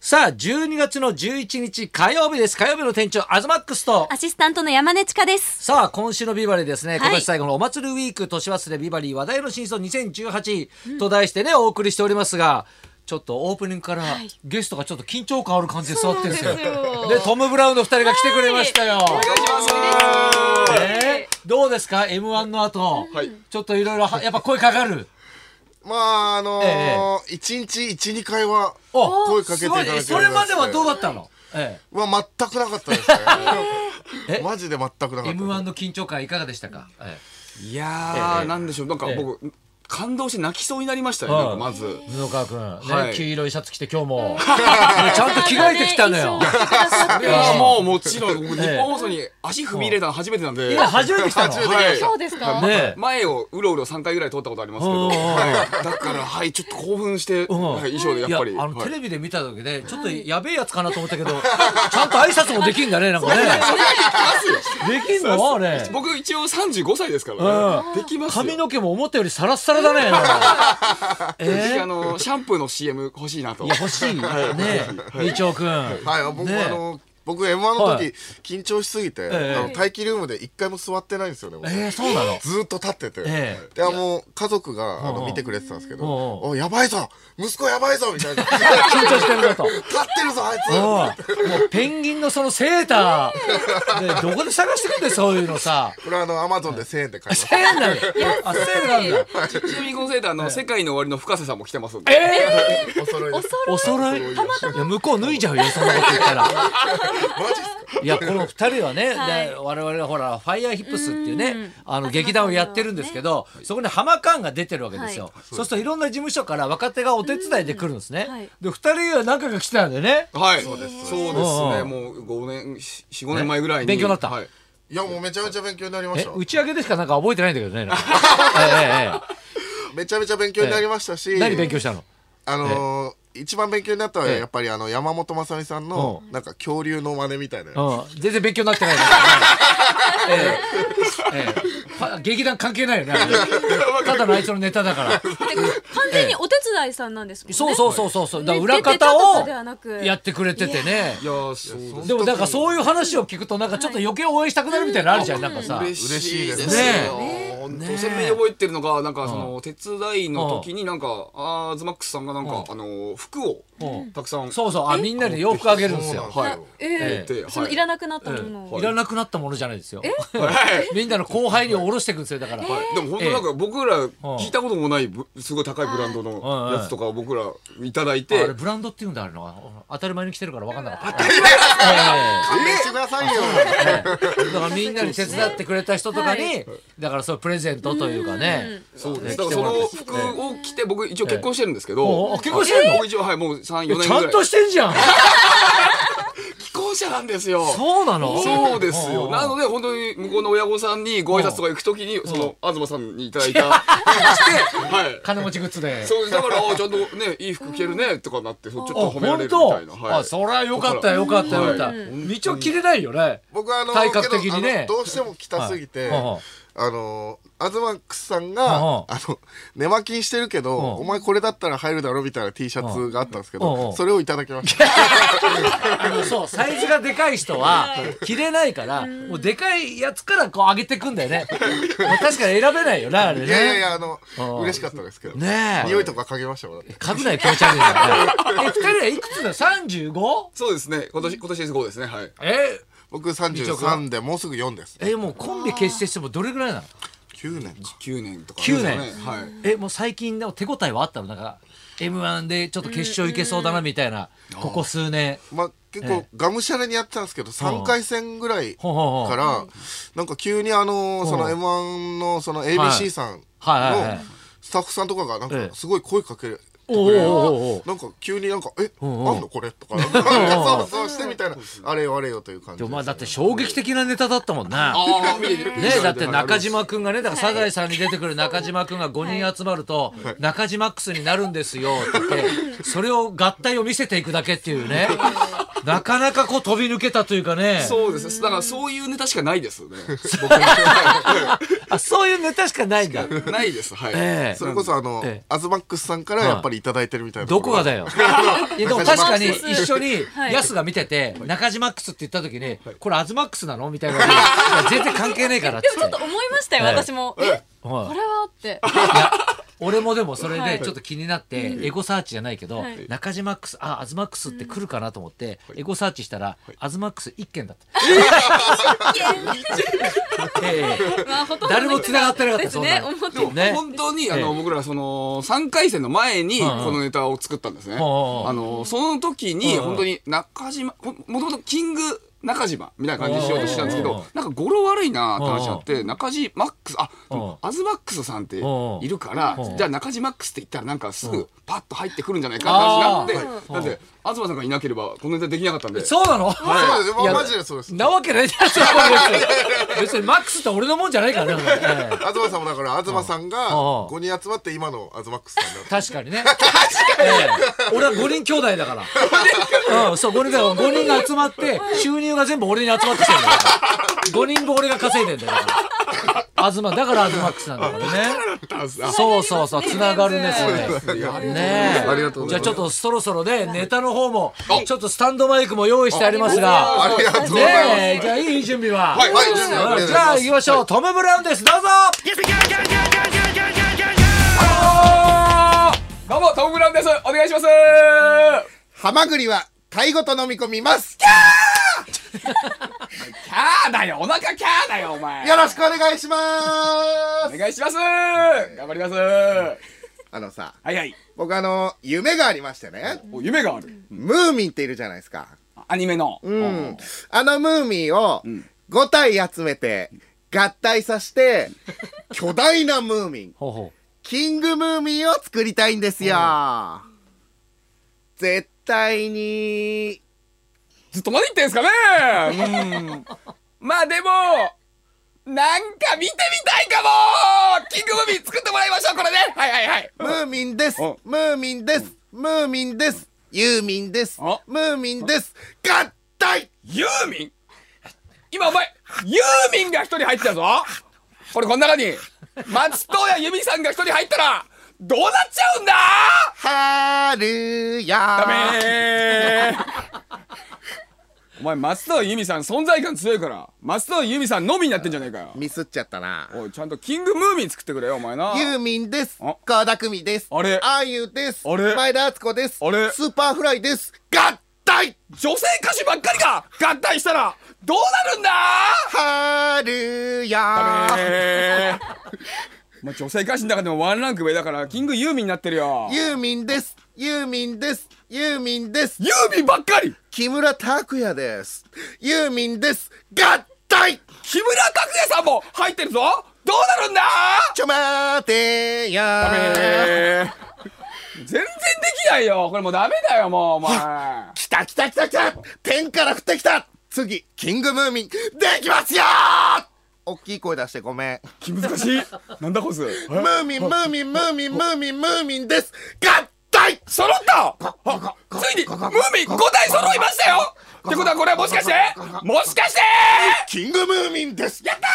さあ、12月の11日火曜日です。火曜日の店長、アズマックスと。アシスタントの山根千佳です。さあ、今週のビバリーですね、い今年最後のお祭りウィーク、年忘れビバリー話題の真相2018と題してね、お送りしておりますが、ちょっとオープニングから、はいゲストがちょっと緊張感ある感じで座ってるんですよ。そうなんですよで、トム・ブラウンの二人が来てくれましたよ。はねどうですか M1 の後、い。ちょっといろいろはやっぱ声かかるまああのー一、日一二回はお声かけてすいたごだいけねるそれまではどうだだったの、えは全くなかったですね。えマジで全くなかっえ、た。 M1 の緊張感いかがでしたか、えいやええー、なんでしょう、なんか僕、感動して泣きそうになりましたね、はいなんかまず。え、布川君、ねはい黄色いシャツ着て今日もちゃんと着替えてきたのよ衣装を着てくださっいてやーもうも ちろん、僕、え日本放送に足踏み入れたの初めてなんで、今初めて来たの初めては来まいしそうですか。ねえ前をうろうろ3回ぐらい通ったことありますけうんど、はいだから、はい、ちょっと興奮して、んはい衣装でやっぱり。いやあのはいテレビで見た時でちょっとやべえやつかなと思ったけど、ちゃんと挨拶もできんだねなんかねできんのあれ僕一応35歳ですからうんね。できますよ。髪の毛も思ったよりサラッサラだねなんかえぜひえあの、シャンプーの CM 欲しいなと。いや欲しいねえ二丁くんはい。僕、ねえあのー僕 M1 のは時、い緊張しすぎて、えあの待機ルームで一回も座ってないんですよね。僕ええそうなのずーっと立ってて、えであの家族があうんうんの見てくれてたんですけどうんう「んおやばいぞ息子やばいぞ」み たいな「立緊張してるなとってるぞあいつ」うんもうペンギンのそのセーターでどこで探してくんだよそういうのさこれはあのアマゾンで1000円で買いましたセーなんだあセーなんだちなみにこのセーターあの、世界の終わりの深瀬さんも来てますんで。ええお揃いです お揃いいや向こう脱いじゃうよそんなこと言ったらマジっすかいやこの二人はね、はいで我々はほらファイヤーヒップスっていううねんあの劇団をやってるんですけど、そこにハマカーンが出てるわけですよ、はいそうするといろんな事務所から若手がお手伝いで来るんですね、うんはいで二人は何回か来てたんでねはい。そうです。ね。うんもう5年、4、5年前ぐらいに。勉強になったはい。いやもうめちゃめちゃ勉強になりましえた打ち上げでしかなんか覚えてないんだけど ねなんかええめちゃめちゃ勉強になりましたし、ええ何勉強したのあのー一番勉強になったのはええやっぱりあの山本まさみさんのなんか恐竜の真似みたいなやつうん、全然勉強になって ないね。ええええパ劇団関係ないよ ね。あれただのあいつのネタだから。完全にお手伝いさんなんですもんね。そうそうそうそうそう。だから裏出てた方とかをではなくやってくれててね。いやー、そうですねでもなんかそういう話を聞くとなんかちょっと余計応援したくなるみたいなのあるじゃんなんかさ。嬉しいです嬉しいですよ本当鮮明に覚えてるのがなんかその手伝いの時になんかアーズマックスさんがなんかあの服をうんたくさんそうそうあみんなで洋服あげるんですよ。そうなはのええいでそのいらなくなったものうんを。いらなくなったものじゃないですよ。はいみんなの後輩におろしていくんですよだから。はいでも本当なんか僕ら聞いたこともないぶすごい高いブランドのやつとかを僕らいただいあてれブランドっていうんだあれの当たり前に来てるから分かんなかった。勘弁してくださいよええだからみんなに手伝ってくれた人とかに、だからそうプレゼントというかね。そうでねすだからその服を着て僕一応結婚してるんですけどええあ結婚してんの僕一応はいもう34年ぐらいちゃんとしてんじゃん。既婚者なんですよそうなの。そうでうんうすんうよ。んなので、本当に向こうの親御さんにご挨拶とか行くときに、その、東さんにいただいた、して、はい。金持ちグッズで。そうですだから、 あちゃんとね、いい服着てるね、とかなって、そうちょあっと褒められるみ本たい当な。はいあ、そりゃよかったよかったよかった。はい道を切れないよね。僕はあの体格的にねけどあのどうしても来たすぎて、はいうんうんあのアズマックスさんが、うんうんあの寝巻きしてるけど、んお前これだったら入るだろみたいな T シャツがあったんですけど、うんうんそれをいただきました、あのそうサイズがでかい人は着れないから、もうでかいやつからこう上げていくんだよね。まあ確かに選べないよなあれね。いやいやいやあのうん嬉しかったですけど、ねえ。匂いとかかけましたもんだってかぶない気持ち悪いな。え二人はいくつだ？三十五？そうですね。今年、今年5ですね。はい。え僕33でもうすぐ4ですえもうコンビ結成してもどれぐらいなの？ 9年か9年とか。 9年ですかねはい。えもう最近でも手応えはあったのなんか M1 でちょっと決勝いけそうだなみたいなここ数年。まあ、結構がむしゃらにやってたんですけど3回戦ぐらいかほうほうほうらなんか急にあのーその m 1のその ABC さんのはいはいはいはいスタッフさんとかがなんえかえすごい声かける。おーおーおーおーなんか急になんか「えあんんうんのこれ?」とかなんかそうそうしてみ たいな「あれよあれよ」という感じでもですまあだって衝撃的なネタだったもんな。あ あ、見てるねだって中。島くんがねだからサザエさんに出てくる中島くんが5人集まると「中島ックスになるんですよ」って言ってそれを合体を見せていくだけっていうねなかなかこう飛び抜けたというかね。そうですね。だからそういうネタしかないですね。 あ、そういうネタしかないんだ。僕ないです。はい。ええそれこそあの、ええアズマックスさんからやっぱりいただいてるみたいなどこがだ よ。いやでも確かに中島マックス一緒にはいヤスが見てて、中島マックスって言った時に、これアズマックスなのみたいな。いや 全然関係ねえからっでつもちょっってと。思いましたよ、ええ私も。え、こはいれはって。いや俺もでもそれはでいちょっと気になって、エゴサーチじゃないけど、はい中島マックスあアズマックスって来るかなと思って、エゴサーチしたら、アズマックス1件だった、 ええまあ、ほとんど誰も繋がってなかったですそんね。なの思っでてもね本当にあえのえ僕らその3回戦の前にこうんうんのネタを作ったんですね。あほうのその時うんにうん本当に中島ももともとキング中島みたいな感じにしようとしてたんですけうんうんうどんなんか語呂悪いなって話になって中島マックスあでもうんアズマックスさんっているからうんうんじゃあ中島マックスって言ったらなんかすうんぐパッと入ってくるんじゃないかって話になあーってだって東さんがいなければこのネタできなかったんでそうなのそうですいやマジでそうですなわけないじゃんそんな こと別に別にマックスって俺のもんじゃないからね、お前ええ東さんもだから東さんがうんうん5人集まって今のアズマックスさんだった確かにねええ俺は5人兄弟だから、うん、そう5人だから5人が集まって収入が全部俺に集まってきてるんだから5人分俺が稼いでんだよだから東だからアズマックスなんだからねあそうそうそう、つながるね、こいやありれ。がとうございますねえありがとうごじゃあざいますちょっとそろそろね、ネタの方も、ちょっとスタンドマイクも用意してありますあが、りがとうごねざいますえ、じゃあいい準備は。はいはいうんじゃあ行きましょう、トム・ブラウンです、どうぞどうもトム・ブラウンですお願いしますハマグリは貝ごと飲み込みます。キャーだよお腹キャーだよお前よろしくお願いします。お願いします頑張りますはあのさ、いはい僕あの、夢がありましてね、お夢があるムーミンっているじゃないですか。アニメのううん。あのムーミンをん5体集めて、合体させて、巨大なムーミン、ほうほキングムーミンを作りたいんですよ。絶対に、ずっとまで言ってんすかねうんまあでもなんか見てみたいかもキングムービー作ってもらいましょうこれねはいはいはいムーミンですうん。ムーミンです。ムーミンです。ユーミンですあ。ムーミンです。合体ユーミン今お前ユーミンが一人入ってたぞこれこの中に松任谷由実さんが一人入ったらどうなっちゃうんだ春やダメー お前松任谷由実さん存在感強いから松任谷由実さんのみになってんじゃねえかよミスっちゃったなおいちゃんとキングムーミン作ってくれよお前なユーミンですあ倖田來未ですあれあゆですあれ前田敦子ですあれスーパーフライです合体女性歌手ばっかりか合体したらどうなるんだダメー春やお前女性歌手の中でもワンランク上だからキングユーミンになってるよユーミンですユーミンですユーミンですユーミンばっかり木村拓哉ですユーミンです合体木村拓哉さんも入ってるぞどうなるんだちょ待てダやメー全然できないよこれもうダメだよもうお前来た来た来た来た天から降ってきた次キングムーミンできますよおっきい声出してごめん気難しいなんだこいつえムーミン、ムーミン、ムーミン、ムーミン、ムーミンです。合体揃ったあついにムーミン5体揃いましたよってことはこれはもしかしてもしかしてキングムーミンです。やった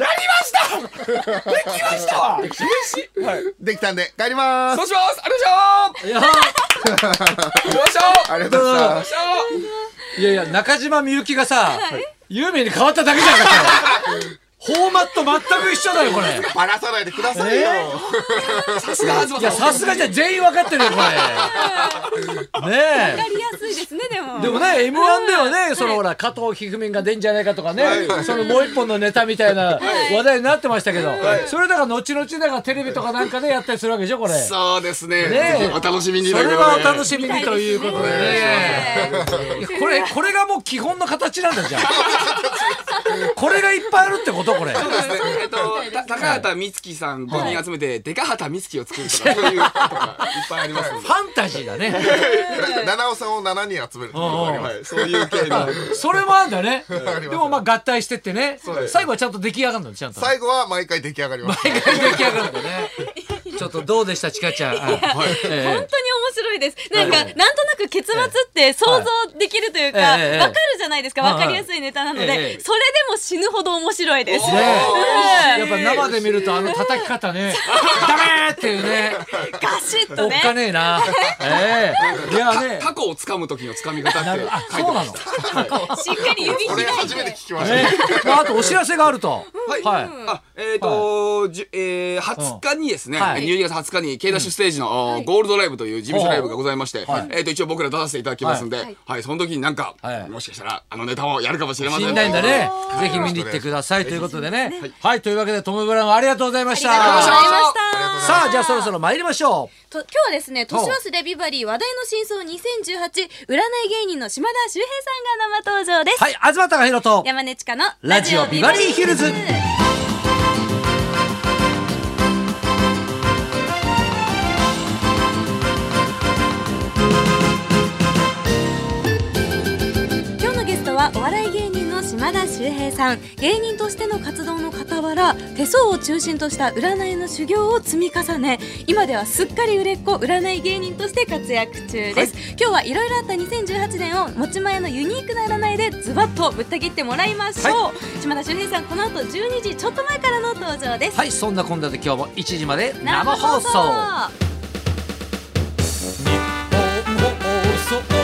やりましたできましたわ厳しい、はい、できたんで、帰りまーそす。うしますあう。いやりがとうございましたあよりがとうございまいした。しょよいしょいやいや、中島みゆきがさ、ユーミンに変わっただけじゃんか それ。フォーマット全く一緒だよ、これ。バラさないでくださいよ、さすが東いや、さすがじゃ全員分かってるよ、こ れ。ねえ。やりやすいですね、でも。でもね、M1 ではね、そのほら、加藤一二三が出んじゃないかとかね、そのもう一本のネタみたいな話題になってましたけど、それだから後々だからテレビとかなんかでやったりするわけでしょ、これ。そそうですねねえお楽しみにれということではお楽しみにということでね。ねいや これ、これがもう基本の形なんだじゃん。これがいっぱいあるってことこれ。そうですねえっとた高畑充希さん5人集めて、でかはたみつきを作るとか、そういうとか、いっぱいありますんフで。ァンタジーだね。七尾さんを7人集めるってことがありまはい、そういう系 の。それもあるんだね。でもまあ合体してってねうで、す最後はちゃんと出来上がるの、ちゃんと す。最後は毎回 出来上がります出来上がるんだね。ちょっとどうでした、ちかちゃん。はい。ええ本当に面白いです。なんか、はなんいとなく結末って想像できるというか、わはかいええええるじゃないですか。はいわかりやすいネタなので、そえれえでも死ぬほど面白いです。ねはいやっぱ生で見るとあの叩き方ね、ダメーっていうね、ガシッおとっね。かねえな。ええいやね、タコを掴む時の掴み方っなるてあ、そうなの。しっかり指俺開い初めてて。聞きました、ね、まああとお知らせがあると。はい、はいあえっ、と、じゅえー、20日にですね、うんはい12月20日に K ダッシュステージの、ゴールドライブという事務所ライブがございまして、はいえっ、と、一応僕ら出させていただきますんで、ははいい、その時になんか、はいもしかしたらあのネタをやるかもしれません。信頼だね。ぜひ見に行ってくださいということでね。はい、というわけでトム・ブラウンありがとうございました。ありがとうございましまた。さあ、じゃあそろそろ参りましょと今日はですね、年忘れビバリー話題の真相2018占い芸人の島田秀平さんが生登場です。う。はい、東貴博と。山根千佳のラジオビバリーヒルズ今日のゲストはお笑い芸人の島田秀平さん芸人としての活動の傍ら手相を中心とした占いの修行を積み重ね今ではすっかり売れっ子占い芸人として活躍中です、今日はいろいろあった2018年を持ち前のユニークな占いでズバッとぶった切ってもらいましょう、島田秀平さんこの後12時ちょっと前からの登場です、はい、そんなこんなで今日も1時まで生放送。生放送放送